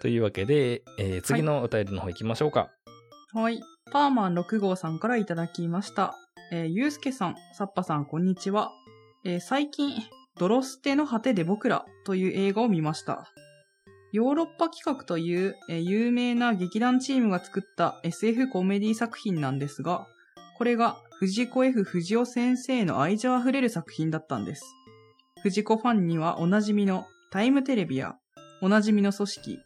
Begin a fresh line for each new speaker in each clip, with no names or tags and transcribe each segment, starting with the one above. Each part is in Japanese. というわけで、えー次のお便りの方行きましょうか。
はい。パーマン6号さんからいただきました。えーゆうすけさん、さっぱさん、こんにちは。えー最近、ドロステの果てで僕らという映画を見ました。ヨーロッパ企画という、えー有名な劇団チームが作った SF コメディ作品なんですが、これが藤子 F 不二雄先生の愛情あふれる作品だったんです。藤子ファンにはおなじみのタイムテレビやおなじみの組織、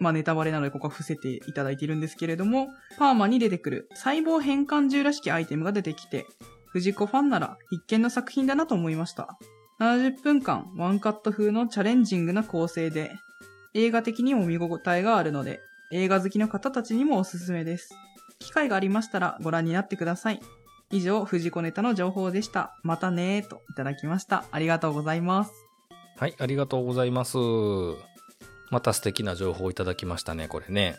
まあネタバレなのでここは伏せていただいているんですけれども、パーマに出てくる細胞変換銃らしきアイテムが出てきて、藤子ファンなら必見の作品だなと思いました。70分間ワンカット風のチャレンジングな構成で、映画的にも見応えがあるので、映画好きの方たちにもおすすめです。機会がありましたらご覧になってください。以上、藤子ネタの情報でした。またねーといただきました。ありがとうございます。
はい、ありがとうございます。また素敵な情報をいただきましたね、これね。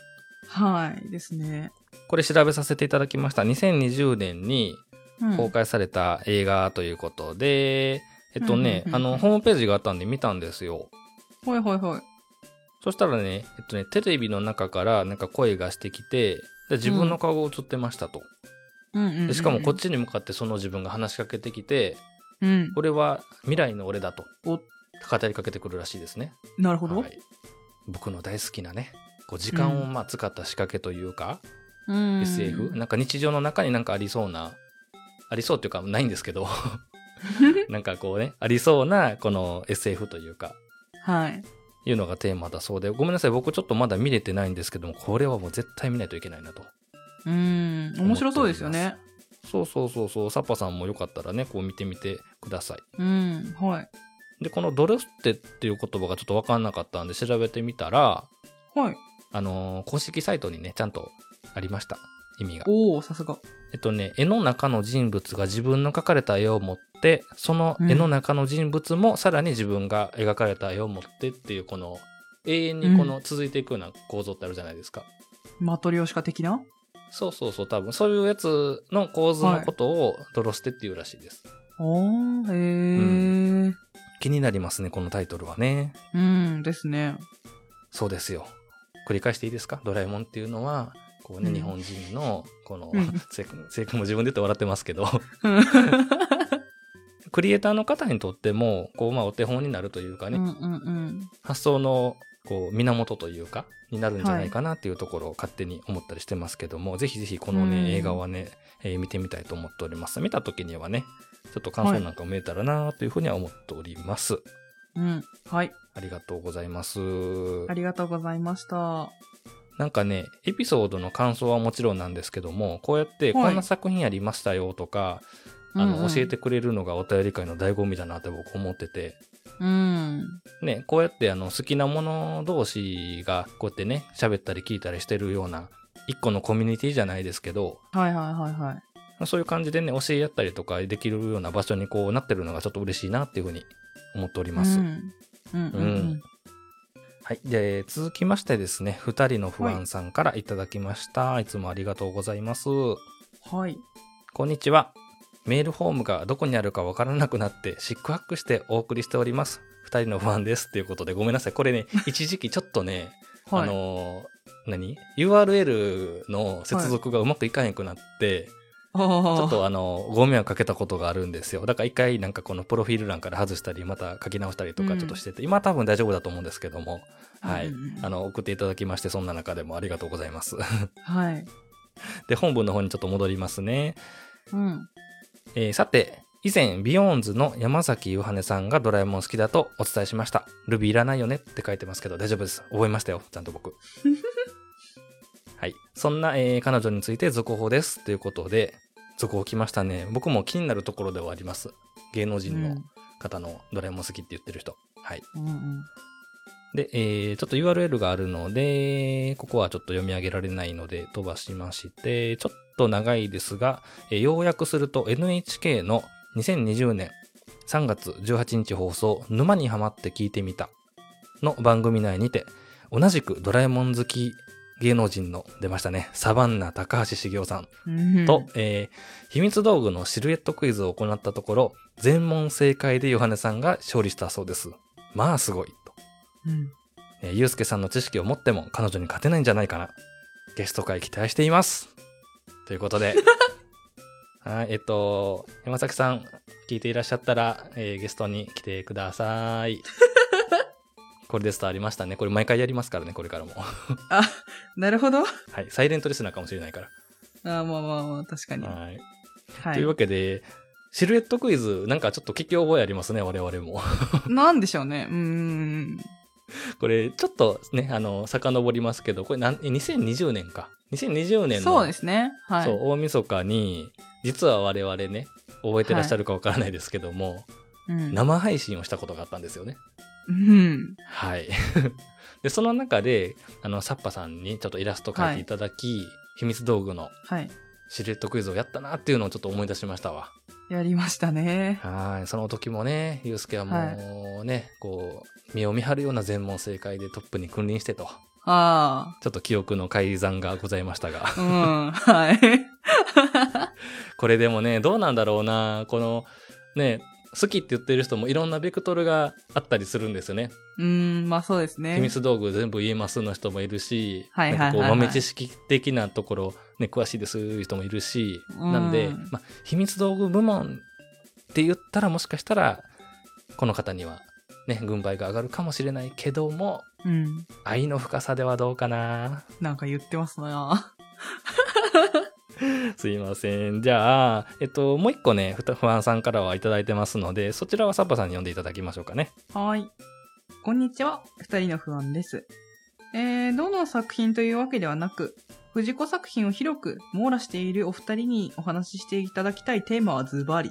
はい、ですね。
これ調べさせていただきました。2020年に
うん
公開された映画ということで、えっとね、
うんう
あ
んうんうん
の、ホームページがあったんで見たんですよ。
ほいほいほい。
そしたらね、えっとね、テレビの中からなんか声がしてきて、で自分の顔が映ってましたと。
うんうんうんうん
でしかもこっちに向かってその自分が話しかけてきて、
うん。
俺は未来の俺だと、
お
語りかけてくるらしいですね。
なるほど。
はい、僕の大好きなね、こう時間を
うん
まあ使った仕掛けというか、
うん
SF なんか日常の中になんかありそうなありそうっていうかないんですけ どなんかこうねありそうなこの SF というか
はい。
いうのがテーマだそうでごめんなさい僕ちょっとまだ見れてないんですけどもこれはもう絶対見ないといけないなと
うん。面白そうですよね。
そうそうそうそうサッパさんもよかったらねこう見てみてください
うん。はい。
でこの「ドレステ」っていう言葉がちょっと分かんなかったんで調べてみたら
はい。
あのー公式サイトにねちゃんとありました意味が
おおさすが。
えっとね、絵の中の人物が自分の描かれた絵を持って、その絵の中の人物もさらに自分が描かれた絵を持ってっていう、この永遠にこの続いていくような構造ってあるじゃないですか。
マトリョーシカ的な
そうそうそう、多分そういうやつの構図のことをドロステっていうらしいです。
おー、へー。
気になりますね、このタイトルはね。
うん、ですね。
そうですよ。繰り返していいですかドラえもんっていうのは、こうね、
うん
日本人の、この
うん、
せいくん、せいくんも自分で言って笑ってますけど、 クリエイターの方にとっても、こう、まあ、お手本になるというか
うんう
ね、
んうん。
発想のこう源というかになるんじゃないかなっていうところを勝手に思ったりしてますけども、ぜひぜひこのね、
うん
映画はね、えー見てみたいと思っております見た時にはねちょっと感想なんかも見えたらなというふうには思っております、
うん。はい。
ありがとうございます
ありがとうございました。
なんかねエピソードの感想はもちろんなんですけどもこうやって
はい
こんな作品ありましたよとか、あ
うんう
の
ん
教えてくれるのがお便り会の醍醐味だなって僕思ってて
うん。
ね、こうやってあの好きなもの同士がこうやってね喋ったり聞いたりしてるような一個のコミュニティじゃないですけど
はいはいはいはい。
そういう感じでね教え合ったりとかできるような場所にこうなってるのがちょっと嬉しいなっていうふうに思っております、
うん。うんうん
うんはいで続きましてですね2人の不安さんからいただきました、い、つもありがとうございます
うん。はい。
こんにちはメールフォームがどこにあるかわからなくなってシックハックしてお送りしております2人の不安ですということでごめんなさいこれね一時期ちょっとね
はい。
あのー何 ?URL の接続がうまくいかへんくなって、
あー
ちょっとあのーご迷惑かけたことがあるんですよ。だから一回なんかこのプロフィール欄から外したり、また書き直したりと
う
か
ん
ちょっとしてて、今は多分大丈夫だと思うんですけども、はい
うんうんうん
あの、送っていただきまして、そんな中でもありがとうございます。
はい。
で、本文の方にちょっと戻りますね。
うん。
えーさて、以前、ビヨーンズの山崎ゆはねさんがドラえもん好きだとお伝えしました。ルビーいらないよねって書いてますけど、大丈夫です。覚えましたよ。ちゃんと僕。はい。そんな、えー彼女について続報です。ということで、続報来ましたね。僕も気になるところではあります。芸能人の方のドラえもん好きって言ってる人。はい。
うんうん
で、えーちょっと URL があるので、ここはちょっと読み上げられないので飛ばしまして、ちょっと長いですが、えー要約すると NHK の2020年3月18日放送、沼にハマって聞いてみたの番組内にて、同じくドラえもん好き芸能人の出ましたね、サバンナ高橋茂雄さん
うんうん。
と、えー秘密道具のシルエットクイズを行ったところ、全問正解でヨハネさんが勝利したそうです。まあすごいと。
うん。
えー、ゆうすけさんの知識を持っても彼女に勝てないんじゃないかな。ゲスト会期待しています。ということ で。はい、えっと、山崎さん、聞いていらっしゃったら、えーゲストに来てくださ い。これで伝わりましたね。これ毎回やりますからね、これ からも。は
あ、なるほど。あ
い、サイレントリスナーかもしれないか。
まあまあまあ、確からに。は
はい。という
い。
わけで、シルエットクイズ、なんかちょっと聞き覚えありますね、我々も。
なんでしょうね。うーん。
これ、ちょっとね、あの、遡りますけど、これなん、え2020年か。2020年の、
そうですね。はい。
そう大晦日に、実は我々ね、覚えてらっしゃるかわからないですけども、
うん。
生配信をしたことがあったんですよね。
うん。
はい。 で、その中で、あの、サッパさんにちょっとイラスト描いていただき、秘密道具の
はい。
シルエットクイズをやったなっていうのをちょっと思い出しましたわ。
やりましたね。
はい。その時もね、ゆうすけはもうね、こう、身を見張るような全問正解でトップに君臨してと、
あ
ちょっと記憶の改ざんがございましたが、
あ。うん。 はい。
これでもね、どうなんだろうな、この、ね、好きって言ってる人もいろんなベクトルがあったりするんですよね。
うーん、まあそうですね。
秘密道具全部言えますの人もいるし、
はいはい
なんかこう
はいはい
豆知識的なところ、ね、詳しいですいう人もいるし、
うん
なんで、まあ、秘密道具部門って言ったらもしかしたらこの方には、ね、軍配が上がるかもしれないけども
うん。
愛の深さではどうかな
なんか言ってますな。
すいませんじゃあ、えっと、もう一個ねふた不安さんからはいただいてますのでそちらはサッパさんに読んでいただきましょうかね
はい。こんにちは。二人の不安です。えー、どの作品というわけではなく、藤子作品を広く網羅しているお二人にお話ししていただきたいテーマはズバリ。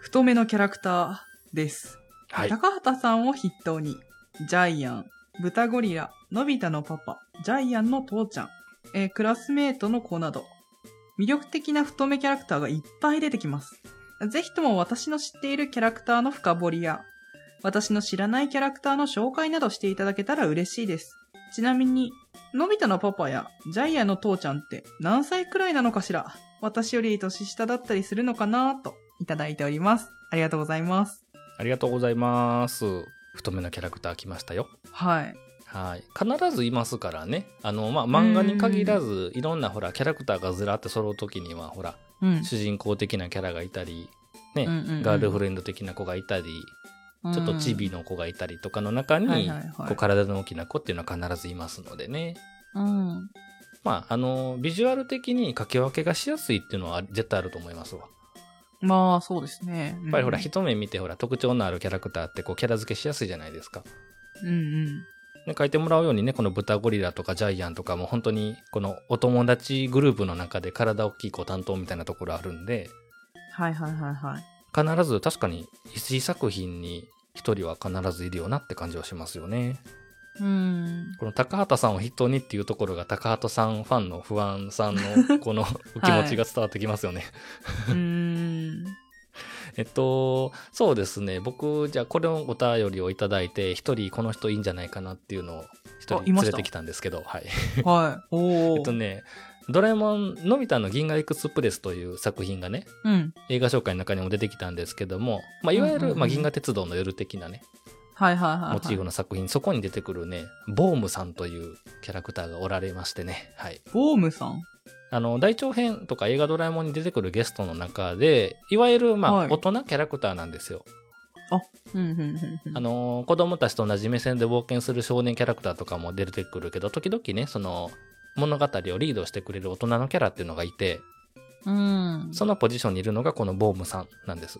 太めのキャラクターです。
はい
高畑さんを筆頭に、ジャイアン、豚ゴリラ、のび太のパパ、ジャイアンの父ちゃん、えークラスメートの子など、魅力的な太めキャラクターがいっぱい出てきます。ぜひとも私の知っているキャラクターの深掘りや、私の知らないキャラクターの紹介などしていただけたら嬉しいです。ちなみに、のび太のパパやジャイアンの父ちゃんって何歳くらいなのかしら私より年下だったりするのかなといただいております。ありがとうございます。
ありがとうございます太めのキャラクター来ましたよ
はい。
はい、必ずいますからねあの、まあ、漫画に限らずいろんなほらキャラクターがずらって揃う時にはほら
うん。
主人公的なキャラがいたり、ね
うんうんうん
ガールフレンド的な子がいたりちょっとチビの子がいたりとかの中
うんは
に、
いはいはい
こう体の大きな子っていうのは必ずいますのでね
うん。
まああのビジュアル的に掛け分けがしやすいっていうのは絶対あると思いますわや
まあ、そうですね。や
っぱりほら、一目見てほら特徴のあるキャラクターってこうキャラ付けしやすいじゃないですか
うんうん。
ね、書いてもらうようにねこの豚ゴリラとかジャイアンとかも本当にこのお友達グループの中で体大きい子担当みたいなところあるんで
はいはいはいはい。
必ず確かに一作品に一人は必ずいるよなって感じはしますよね
うん。
この高畑さんを筆頭にっていうところが高畑さんファンの不安さんのこの お気持ちが伝わってきますよね、
うーん。
えっとそうですね僕じゃあこれのお便りをいただいて一人この人いいんじゃないかなっていうのを一
あい
人
ま
連
した
れてきたんですけどはい
はい。おお。
えっとね、ドラえもん、のび太の銀河エクスプレスという作品がね、
うん。
映画紹介の中にも出てきたんですけども、まあ、いわゆ
うんうん
る、
うん
まあ、銀河鉄道の夜的なね、
はいはいはいはい。
モチーフの作品、そこに出てくるね、ボームさんというキャラクターがおられましてね、はい。
ボームさん。
あの、大長編とか映画ドラえもんに出てくるゲストの中で、いわゆる、まあ、
はい
大人キャラクターなんですよ。
うんうんうんうん。
あの、子供たちと同じ目線で冒険する少年キャラクターとかも出てくるけど、時々ね、その、物語をリードしてくれる大人のキャラっていうのがいて、
うん。
そのポジションにいるのがこのボームさんなんです。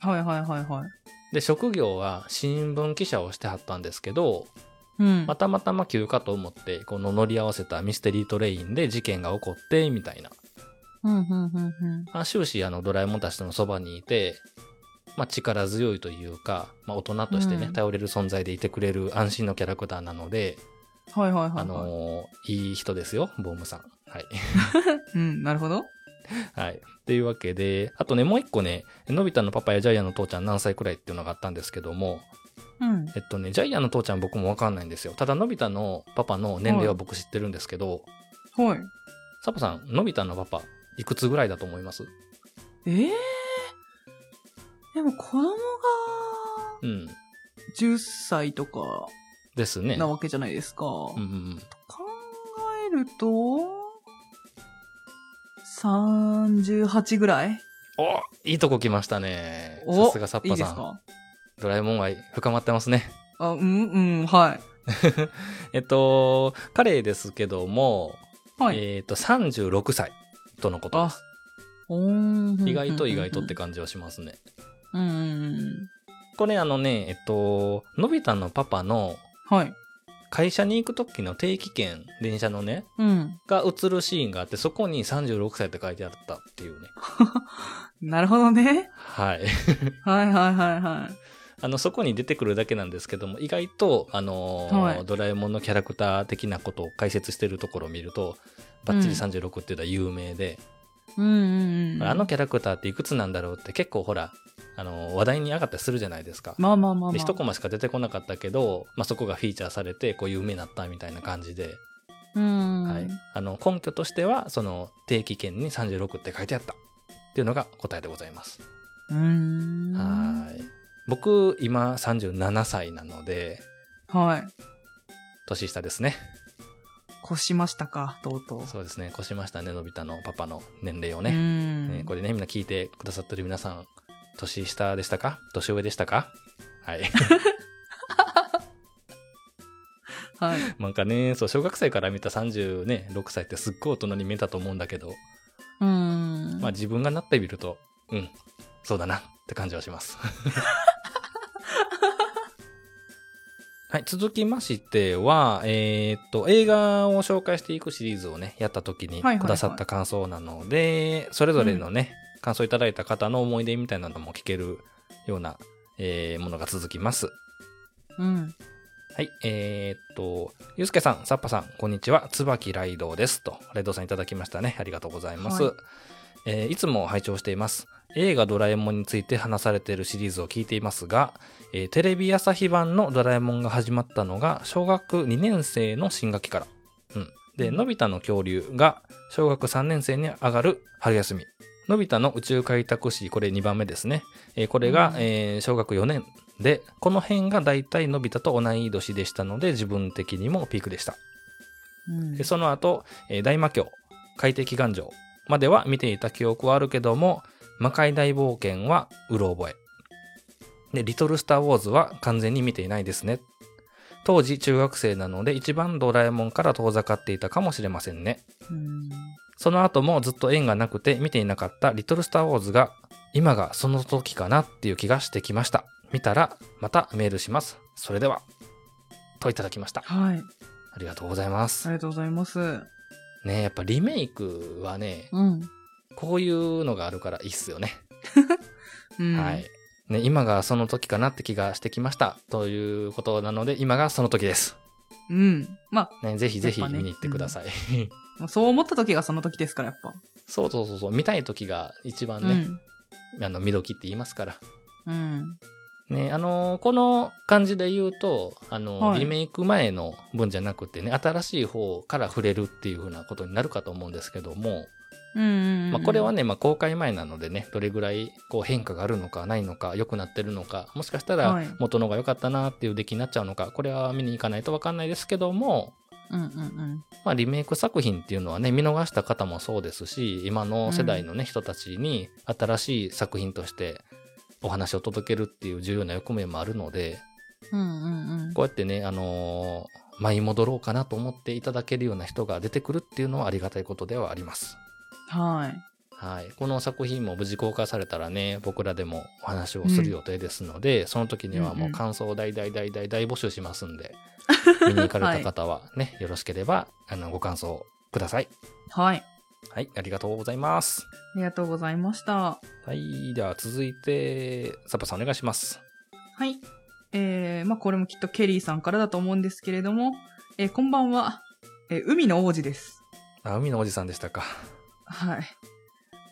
はいはいはいはい。
で、職業は新聞記者をしてはったんですけど、
うん。
またまたま急かと思って、この乗り合わせたミステリートレインで事件が起こって、みたいな。
うんうんうんうん。
あ終始あのドラえもんたちのそばにいて、まあ力強いというか、まあ大人としてね、
うん
頼れる存在でいてくれる安心のキャラクターなので、
はいはいはい、はい。
あのーいい人ですよ、ボームさん。はい。
うん、なるほど。
はい。というわけで、あとね、もう一個ね、のび太のパパやジャイアンの父ちゃん何歳くらいっていうのがあったんですけども、
うん。
えっとね、ジャイアンの父ちゃん僕もわかんないんですよ。ただ、のび太のパパの年齢は僕知ってるんですけど、
はい。
サボさん、のび太のパパ、いくつぐらいだと思います
ええでも子供が
うん。
10歳とか
ですね。
なわけじゃないですか。
うんうん
考えると、38ぐらい
うん、おいいとこ来ましたね。
お
さすがサッ
い
パ
いで
さ
す
ん。
か
ドラえもん愛深まってますね。
あ、うん、うん、は
えっと、彼ですけども、
い。はい。
えっと、36歳とのことです。
おー
意外と意外とって
か。
感じはしますね。
うんうんうん。
これあのね、えっと、のび太のパパの
はい。
会社に行く時の定期券、電車のね、
うん。
が映るシーンがあって、そこに36歳って書いてあったっていうね。
なるほどね。
はい。
はいはいはいはい。
あの、そこに出てくるだけなんですけども、意外と、あのー
はい
ドラえもんのキャラクター的なことを解説してるところを見ると、バッチリ36っていうのは有名で、
うんうんうん。
あのキャラクターっていくつなんだろうって結構ほら、あのー話題に上がったりするじゃないですか。
まあまあまあ、
で
ま
1コ
あ。
マしか出てこなかったけど、まあ、そこがフィーチャーされてこう有名になったみたいな感じで、
うん。
はい、あの根拠としてはその定期券に36って書いてあったっていうのが答えでございます。
うーん。
はい僕今37歳なので
はい。
年下ですね。
越しましたか、とうとう。
そうですね越しましたねのび太のパパの年齢を
う
ね。
ん。
ねこれねみんな聞いてくださってる皆さん年下でしたか年上でしたかはい。
はい。
なんかねそう小学生から見た36、ね、6歳ってすっごい大人に見えたと思うんだけど
うん。
まあ自分がなってみると、うん、そうだなって感じはします。はい、続きましては、えーっと、映画を紹介していくシリーズをね、やった時に
はいはいはい
くださった感想なので、それぞれのね、感想いただいた方の思い出みたいなのも聞けるような、えーものが続きます。
うん。
はい、えーっと、ゆうすけさん、さっぱさん、こんにちは。椿ライドウです。と、ライドウさんいただきましたね。ありがとうございます。
はい
いえーいつも拝聴しています。映画ドラえもんについて話されているシリーズを聞いていますが、えーテレビ朝日版のドラえもんが始まったのが、小学2年生の新学期から。うん。で、のび太の恐竜が、小学3年生に上がる春休み。のび太の宇宙開拓史、これ2番目ですね。えーこれが、
うん
えー小学4年で、この辺が大体のび太と同い年でしたので、自分的にもピークでした。
うん
で、その後、えー大魔教、海底祈願城までは見ていた記憶はあるけども、魔界大冒険はうろ覚え。で、リトルスターウォーズは完全に見ていないですね。当時中学生なので一番ドラえもんから遠ざかっていたかもしれませんね。
うん
その後もずっと縁がなくて見ていなかったリトルスターウォーズが今がその時かなっていう気がしてきました。見たらまたメールします。それでは。といただきました。
はい。
ありがとうございま
あ
す。
りがとうございます。う
ねやっぱリメイクはね、
ん。
こういうのがあるからいいっすよね。
うん。
はい。。ね、今がその時かなって気がしてきました。ということなので、今がその時です。
うん。まあ、
ね、ぜひぜひ
やっぱね
見に行ってください。
まあそう思った時がその時ですから、やっぱ。
そうそうそうそう、見たい時が一番
う
ね、
ん。
あの、見時って言いますから。
うん。
ね、あのーこの感じで言うと、あのー
はい
リメイク前の分じゃなくてね新しい方から触れるっていう風なことになるかと思うんですけども、
うんうん。
まあ、これは
ね、
ね、まあ、公開前なのでねどれぐらいこう変化があるのかないのか良くなってるのかもしかしたら
はい
元のが良かったなっていう出来になっちゃうのかこれは見に行かないと分かんないですけども、
うんうんうん。
まあ、リメイク作品っていうのはね見逃した方もそうですし今の世代のね、人たちに新しい作品としてお話を届けるっていう重要な役目もあるので。
うんうんうん。
こうやってね、あのー舞い戻ろうかなと思っていただけるような人が出てくるっていうのはありがたいことではあります。
はい。
はい。この作品も無事公開されたらね、僕らでもお話をする予定ですので、その時にはもう感想を大大大大大募集しますん で、見に行かれた方はね、よろしければ、あの、ご感想ください。
はい。
はい。ありがとうございます。
ありがとうございました。
はい。では続いて、サッパさんお願いします。
はい。えー、まあこれもきっとケリーさんからだと思うんですけれども、えーこんばんは。えー海の王子です。
あ、海のおじさんでしたか。
はい。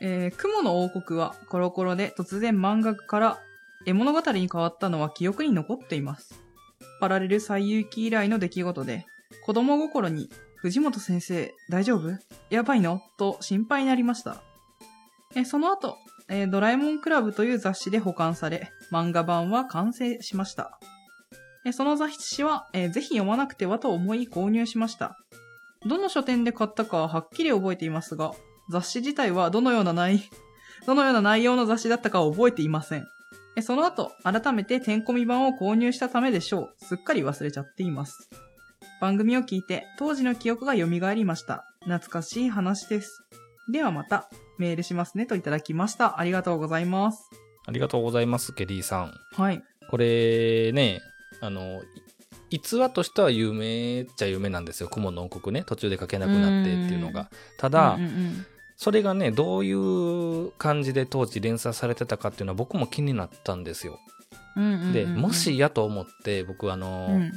えー、雲の王国はコロコロで突然漫画からえー物語に変わったのは記憶に残っています。パラレル最遊記以来の出来事で、子供心に藤本先生大丈夫やばいのと心配になりました。えーその後、えードラえもんクラブという雑誌で保管され、漫画版は完成しました。えーその雑誌は、えーぜひ読まなくてはと思い購入しました。どの書店で買ったかははっきり覚えていますが、雑誌自体はどのような内、 どのような内容の雑誌だったかは覚えていません。えその後、改めててんこみ版を購入したためでしょう。すっかり忘れちゃっています。番組を聞いて、当時の記憶が蘇りました。懐かしい話です。ではまた、メールしますねといただきました。ありがとうございます。
ありがとうございます、ケリーさん。
はい。
これね、あの、い逸話としては有名っちゃ有名なんですよ。雲の王国ね。途中で書けなくなってっていうの
うん
が。ただ、
うんうん
それがね、どういう感じで当時連載されてたかっていうのは僕も気になったんですよ。
うんうんうんうん
で、も、しやと思って、僕あの、
うん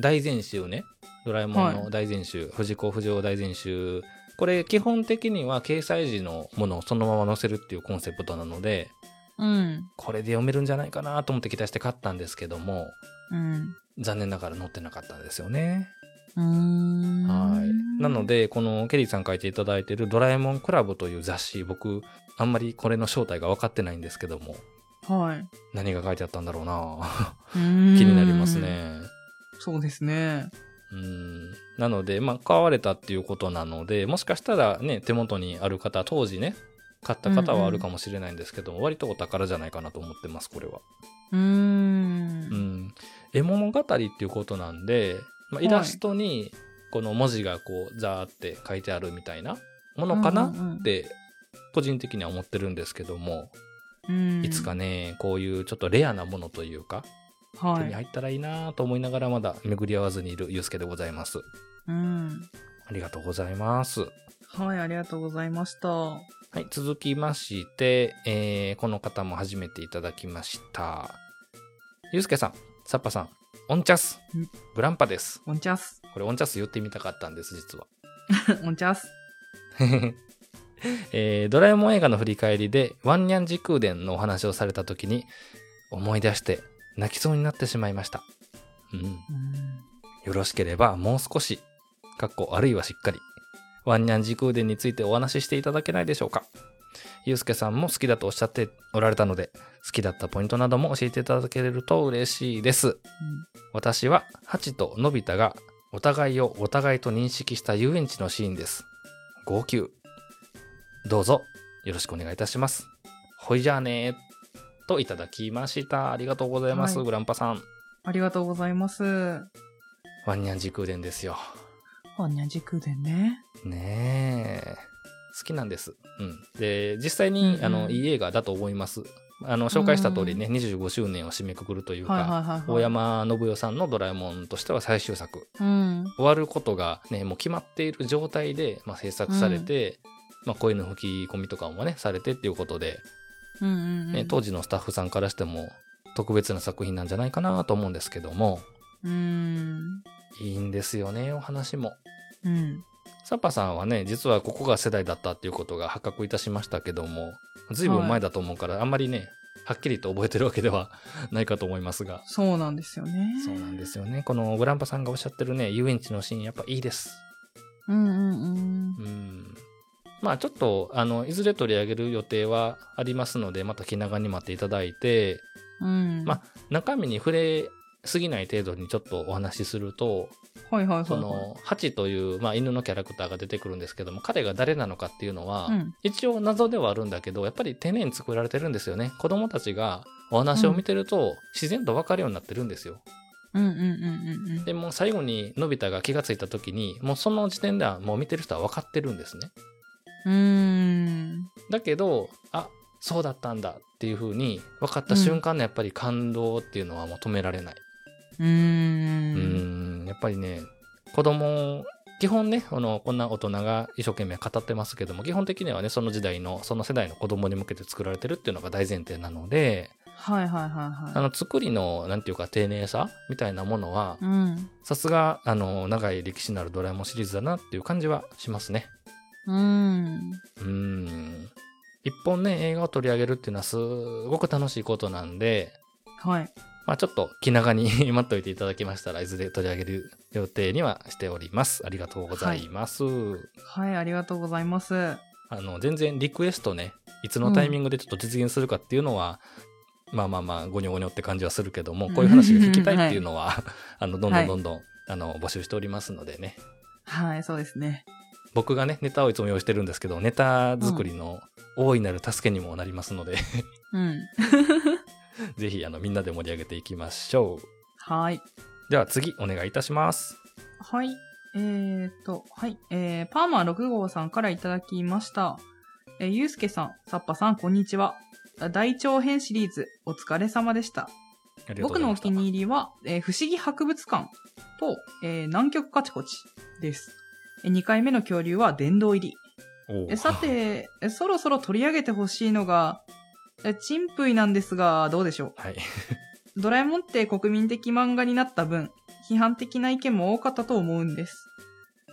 大全集ね、ドラえもん
は
の大全集、藤子不二雄大全集、これ基本的には掲載時のものをそのまま載せるっていうコンセプトなので、
うん。
これで読めるんじゃないかなと思って期待して買ったんですけども、
うん。
残念ながら載ってなかったんですよね。
うーん
はい。なの、で、このケリーさん書いていただいてるドラえもんクラブという雑誌、僕、あんまりこれの正体が分かってないんですけども、
はい。
何が書いてあったんだろうな
気
気
に
になります。ね。
そうですね。
うん。なので、まあ、買われたっていうことなので、もしかしたらね、手元にある方、当時ね、買った方
うんうん
はあるかもしれないんですけども、割とお宝じゃないかなと思ってます、これは。
うー
う。
ん
ん。絵物語っていうことなんで、まあ、イラストにこの文字がこう、ザーって書いてあるみたいなものかな
うんうんうん
って、個人的には思ってるんですけども、
うん
いつかね、こういうちょっとレアなものというか、
は
手に
い。
入ったらいいなと思いながらまだ巡り合わずにいるゆうすけでございます。
うん。
ありがとうございます。
はい、ありがとうございました。は
はい、続きまして、えーこの方も初めていただきました。ゆうすけさん、さっぱさん、オンチャス
ん、
グランパです。
オンチャ ス。
これオンチャス言ってみたかったんです、実は。
オンチャス。
えードラえもん映画の振り返りで、ワンニャン時空伝のお話をされた時に、思い出して泣きそうになってしまいました。うん。よろしければもう少し、かっこあるいはしっかり、ワンニャン時空伝についてお話ししていただけないでしょうか。ゆうすけさんも好きだとおっしゃっておられたので、好きだったポイントなども教えていただけると嬉しいです。私は、ハチとのび太がお互いをお互いと認識した遊園地のシーンです。号泣。どうぞ、よろしくお願いいたします。ほいじゃあねといただきました。ありがとうございます、
はい
グランパさん。
ありがとうございます。
ワンニャン時空伝ですよ。
ワンニャン時空伝ね。
ねえ。好きなんです。うん。で、実際に、
うんうん
あの、いい映画だと思います。あの、紹介した通りね、25周年を締めくくるというか、
はいはいはい、はい。
大。山信代さんのドラえもんとしては最終作。
うん。
終わることがね、もう決まっている状態で、まあ、制作されて、まあ、声の吹き込みとかもね、されてっていうことで、
うんうん、うん。
ね、当時のスタッフさんからしても、特別な作品なんじゃないかなと思うんですけども、
うん。
いいんですよね、お話も。
うん。
サッパさんはね、実はここが世代だったっていうことが発覚いたしましたけども、ずいぶん前だと思うから、あんまりね、はっきりと覚えてるわけでは ないかと思いますが。
そうなんですよね。
そうなんですよね。このグランパさんがおっしゃってるね、遊園地のシーン、やっぱいいです。
うんうんうん。
うん。まあちょっと、あの、いずれ取り上げる予定はありますので、また気長に待っていただいて、
うん。
ま中身に触れすぎない程度にちょっとお話しすると、
あ、はいはいはいはい。
その、ハチという、まあ、犬のキャラクターが出てくるんですけども、彼が誰なのかっていうのは、
うん
一応謎ではあるんだけどやっぱり丁寧に作られてるんですよね子供たちがお話を見てると自然と分かるようになってるんですよ、
うんうんうんうんうん。
でもう最後にのび太が気がついた時にもうその時点ではもう見てる人は分かってるんですね
うーん。
だけどあそうだったんだっていう風に分かった瞬間のやっぱり感動っていうのはもう止められない、
うー。
うんんやっぱりね子供基本ねこのこんな大人が一生懸命語ってますけども基本的にはねその時代のその世代の子供に向けて作られてるっていうのが大前提なので
はいはいはい
あ
は。
の作りのなんていうか丁寧さみたいなものはい
うん。
さすがあの長い歴史のあるドラえもんシリーズだなっていう感じはしますね
うん。
うーん一本ね映画を取り上げるっていうのはすごく楽しいことなんで
はい。
まあちょっと気長に 待っといていただきましたらいずれ取り上げる予定にはしておりますありがとうございます、
はい、ありがとうございます。
あの全然リクエストねいつのタイミングでちょっと実現するかっていうのは、まあまあまあ、ごにょごにょって感じはするけども、こういう話が聞きたいっていうのは、 あの、どんどんどんどん、あの、募集しておりますのでね。
はい、そうですね。
僕がね、ネタをいつも用意してるんですけど、ネタ作りの大いなる助けにもなりますので、
うん。
ぜひ、あの、みんなで盛り上げていきましょう。
はい。
では次、お願いいたします。
はい。えー、と、はい。えー、パーマ6号さんからいただきました。えー、ゆうすけさん、さっぱさん、こんにちは。大長編シリーズ、お疲れ様でした。
ありがとうご
僕
ざい
のお
ました
気に入りは、えー不思議博物館と、えー南極カチコチです。2回目の恐竜は殿堂入り。
おう
えさ、て、えそろそろ取り上げてほしいのが、えチンプイなんですが、どうでしょう
はい。
ドラえもんって国民的漫画になった分、批判的な意見も多かったと思うんです。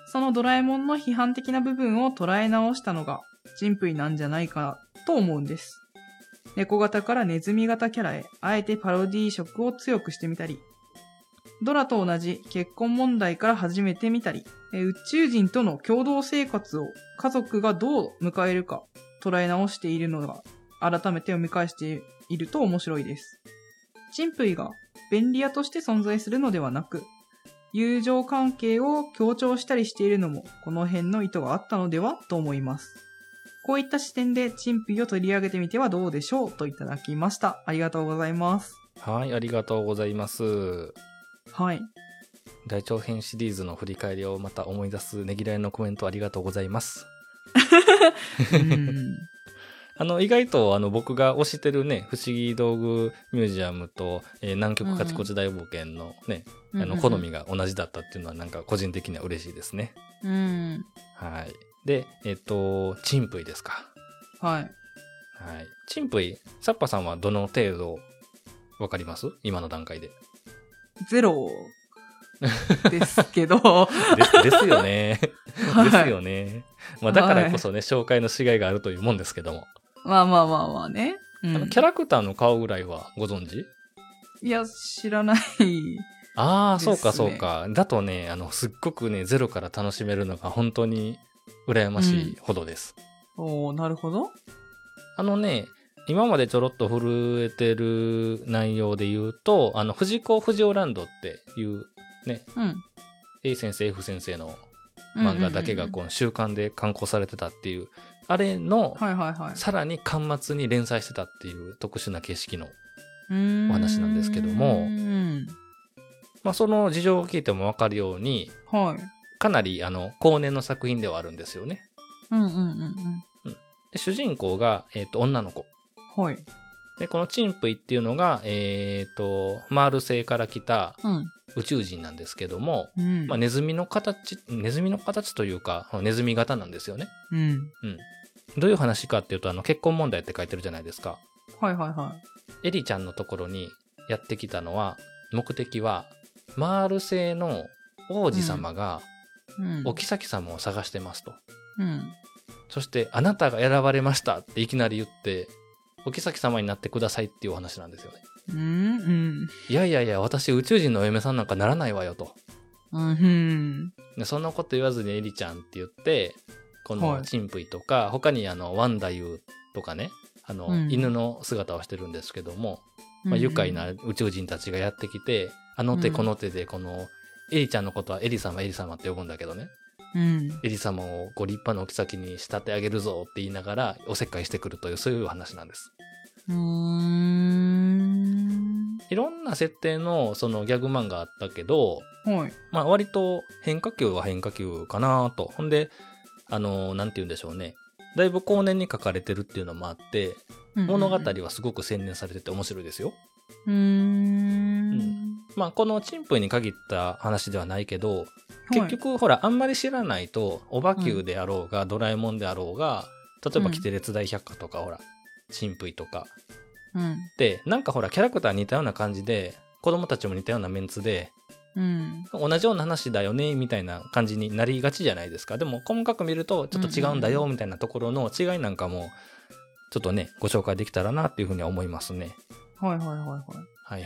そのドラえもんの批判的な部分を捉え直したのが、人類なんじゃないかと思うんです。猫型からネズミ型キャラへ、あえてパロディ色を強くしてみたり、ドラと同じ結婚問題から始めてみたり、え宇宙人との共同生活を家族がどう迎えるか捉え直しているのが、改めて読み返していると面白いです。人類が便利屋として存在するのではなく、友情関係を強調したりしているのも、この辺の意図があったのではと思います。こういった視点で人類を取り上げてみてはどうでしょうといただきました。ありがとうございます。
はい、ありがとうございます。
はい。
大長編シリーズの振り返りをまた思い出すねぎらいのコメントありがとうございます。
うん。
あの、意外とあの僕が推してるね、不思議道具ミュージアムと、えー南極カチコチ大冒険のね、 あの好みが同じだったっていうのはなんか個人的には嬉しいですね。
うん。
はい。で、えっ、と、チンプイですか。
はい。
はい。チンプイ、サッパさんはどの程度わかります今の段階で。
ゼロですけど。は
ですですよね。です
い。
よね。まあだからこそね、紹介のしがいがあるというもんですけども。
まあまあまあまあね。う
あの
ん、
キャラクターの顔ぐらいはご存知
いや、知らない。
ああ、
です
そ
ね
うかそうか。だとね、あの、すっごくね、ゼロから楽しめるのが本当に羨ましいほどです。
おおなるほど。
あのね、今までちょろっと震えてる内容で言うと、あの、藤子不二雄ランドっていうね、
うん。
A 先生、F 先生の漫画だけがこう、週刊で刊行されてたっていう、あれの、
はいはいはい。
さらに巻末に連載してたっていう特殊な形式の
お
お話なんですけどもまあ、その事情を聞いてもわかるように、
はい。
かなり、あの、後年の作品ではあるんですよね。
うんうんうん
で主人公が、えっ、と、女の子。
うん。はい。
で、このチンプイっていうのが、えっ、と、マール星から来た
うん。
宇宙人なんですけども、
うん。
まあ、ネズミの形、ネズミの形というか、ネズミ型なんですよね。
うん。
どういう話かっていうと、あの、結婚問題って書いてるじゃないですか。
はいはいはい。
エリちゃんのところにやってきたのは、目的は、マール星の王子様が、
うん。
お妃様を探してますと。
うん。
そして、あなたが選ばれましたっていきなり言って、お妃様になってくださいっていうお話なんですよね。
うん。うん。
いやいやいや、私宇宙人のお嫁さんなんかならないわよと。
うん。
でそんなこと言わずにエリちゃんって言って、こ
は
の
い
チンプイとか、他にあの、ワンダユーとかね、あの、
うん
犬の姿をしてるんですけども、まあ、愉快な。宇宙人たちがやってきて、あの手この手でこの、エリちゃんのことはエリ様エリ様って呼ぶんだけどね。
うん。
エリ様をご立派なお妃に仕立て上げるぞって言いながらおせっかいしてくるというそういう話なんです。
うん。
いろんな設定のそのギャグ漫画あったけど、
はい。
まあ割と変化球は変化球かなと。ほんで、あの、なんて言うんでしょうね。だいぶ後年に書かれてるっていうのもあって、物語はすごく洗練されてて面白いですよ。
うん。
まあこのチンプイに限った話ではないけど、結、局ほらあんまり知らないとオバキューであろうが、ドラえもんであろうが例えば「
うん
キテレツ大百科」とか、ほら「チンプイ」とか
うん。
でなんかほらキャラクター似たような感じで子供たちも似たようなメンツで
うん。
同じような話だよねみたいな感じになりがちじゃないですかでも細かく見るとちょっと違うんだ
うん
よ
うん
みたいなところの違いなんかもちょっとねご紹介できたらなっていうふうには思いますね
はいはいはいはい。
はいはいはい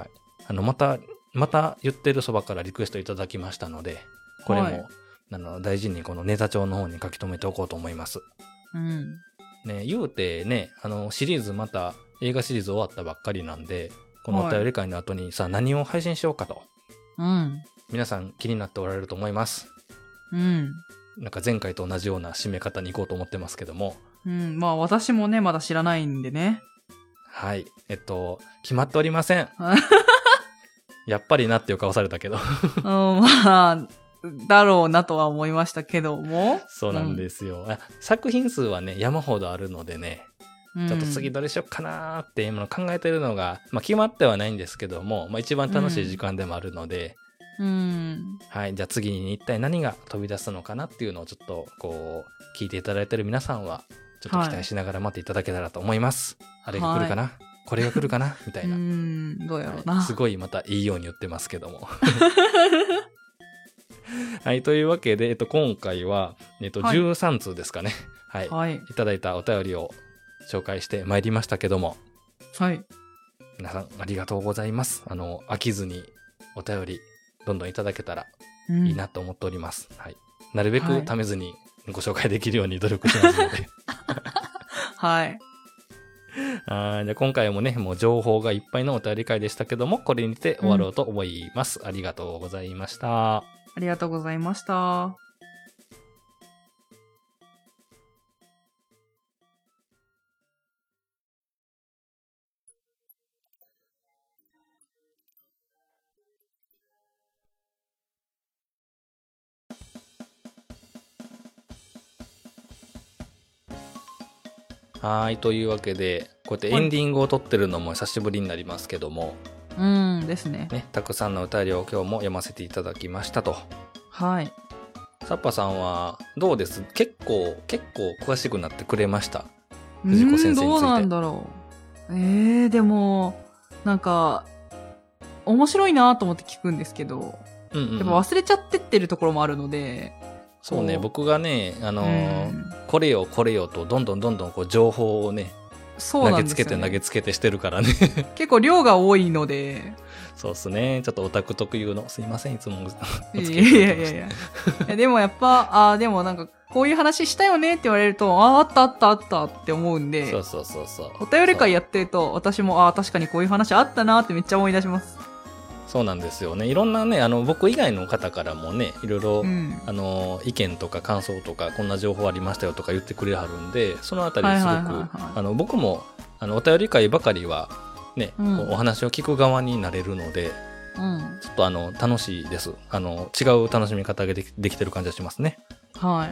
はいあのまたまた言ってるそばからリクエストいただきましたのでこれも、
はい
あの大事にこのネタ帳の方に書き留めておこうと思います。
うん。
ね、言うてね、あの、シリーズまた映画シリーズ終わったばっかりなんで、このお便り会の後にさ、何を配信しようかと、
うん。
皆さん気になっておられると思います。
うん。
なんか前回と同じような締め方に行こうと思ってますけども、
うん。まあ私もね、まだ知らないんでね。
はい。えっと、決まっておりま せん。やっぱりなっていう顔されたけど。
うん、まあ、だろうなとは思いましたけども。
そうなんですよ、あ作品数はね、山ほどあるのでね、
うん。
ちょっと次どれしよっかなーって今の考えてるのが、まあ決まってはないんですけども、まあ一番楽しい時間でもあるので、
うん。
はい。じゃあ次に一体何が飛び出すのかなっていうのをちょっと、こう、聞いていただいてる皆さんは、ちょっと期
はい
待しながら待っていただけたらと思います。あれが来るかな、これが来るかなみた
う
いな。
ん。どうやろうな。
はいすごいまたいいように言ってますけども。 はい、というわけで、えっと、今回は、えっと、
はい
13通ですかね。はい、い。
はい。
ただいたお便りを紹介してまいりましたけども、
はい。
皆さんありがとうございます。あの、飽きずにお便り、どんどんいただけたら
うん
いいなと思っております。はい。なるべ
は
く
い
ためずにご紹介できるように努力しますの で。
はい。
あーじゃあ今回もね、もう情報がいっぱいのお便り会でしたけども、これにて終わろうと思います。ありがとうございました。
ありがとうございました。
はい、というわけで、こうやってエンディングを撮ってるのも久しぶりになりますけども、
うんですね。
ね、たくさんのお便りを今日も読ませていただきましたと。
はい。
サッパさんはどうです結構、結構詳しくなってくれました。藤子先生について
うんどうなんだろう。えー、でも、なんか、面白いなと思って聞くんですけど、
うんうん、
やっぱ忘れちゃってってるところもあるので、
そうね、
こう
僕がね、あのー
うん
これよこれよとどんどんどんどんこう情報をね、
そう
投
な
げ
ん
つ
です
け
よ、
て
ね。
投げつけてしてるからね。
結構量が多いので、
そうっすね。ちょっとオタク特有の、すいません、いつも
い
お
や
付
い
き合いいただきまして
やいやいや。いやでもやっぱ、あーでもなんか、こういう話したよねって言われると、ああ、あったあったあったって思うんで、
そうそうそうそう。
お便り会やってると、私も、ああ、確かにこういう話あったなってめっちゃ思い出します。
そうなんですよね。いろんなね、あの、僕以外の方からもね、いろいろ、
うん。
あの、意見とか感想とか、こんな情報ありましたよとか言ってくれはるんで、そのあたりすご
はいはいはい
く、
はい
あの、僕も、あの、お便り会ばかりは、ね、
うん
こうお話を聞く側になれるので、
うん。
ちょっとあの、楽しいです。あの、違う楽しみ方ができできてる感じがしますね。
は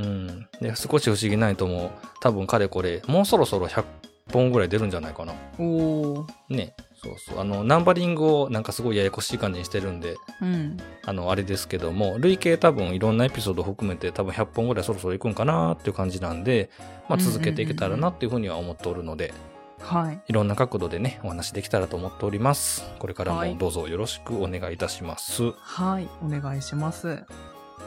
うん。で、少し不思議ないとも、多分かれこれ、もうそろそろ100本ぐらい出るんじゃないかな。
おー。
ね、そうそう。あの、ナンバリングをなんかすごいややこしい感じにしてるんで、
うん。
あの、あれですけども、累計多分いろんなエピソード含めて多分100本ぐらいそろそろいくんかなっていう感じなんで、まあ
うんうんうんうん
続けていけたらなっていうふうには思っておるので、
はい。
いろんな角度でね、お話できたらと思っております。これから
はい
もどうぞよろしくお願いいたします。は
はい。お願いします。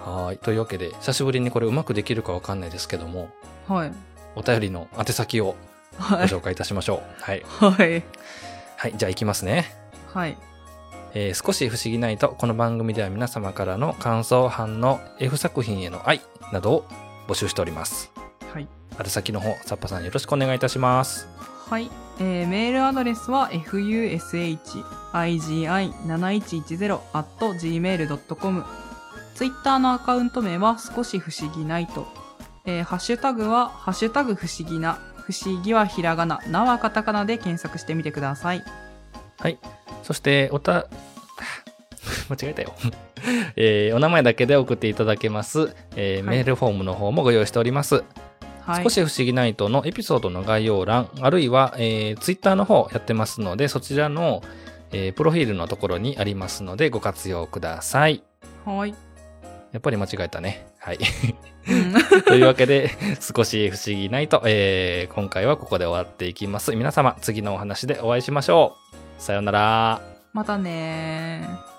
ーい。というわけで、久しぶりにこれうまくできるかわかんないですけども、
はい。
お便りの宛先をご
はい。
紹介いたしましょう。 はい。
はい。
はい、じゃあ行きますね。
はい。
えー少し不思議ないとこの番組では皆様からの感想反応 F 作品への愛などを募集しております
はい。
宛先の方サッパさんよろしくお願いいたします
はい。えー、メールアドレスは fushigi7110.gmail.com。ツイッターのアカウント名は少し不思議ないと。えー、ハッシュタグは、ハッシュタグ不思議な。不思議はひらがな、なはカタカナで検索してみてください。
そしておた 間違えたよ、 えーお名前だけで送っていただけます、えー
はい
メールフォームの方もご用意しております、
はい。
少し不思議ナイトのエピソードの概要欄あるいは、えー、ツイッターの方やってますのでそちらの、えープロフィールのところにありますのでご活用ください
はい。
やっぱり間違えたねはい
うん
というわけで、 少し不思議ないと、えー今回はここで終わっていきます。皆様、次のお話でお会いしましょう。さようなら。
またねー。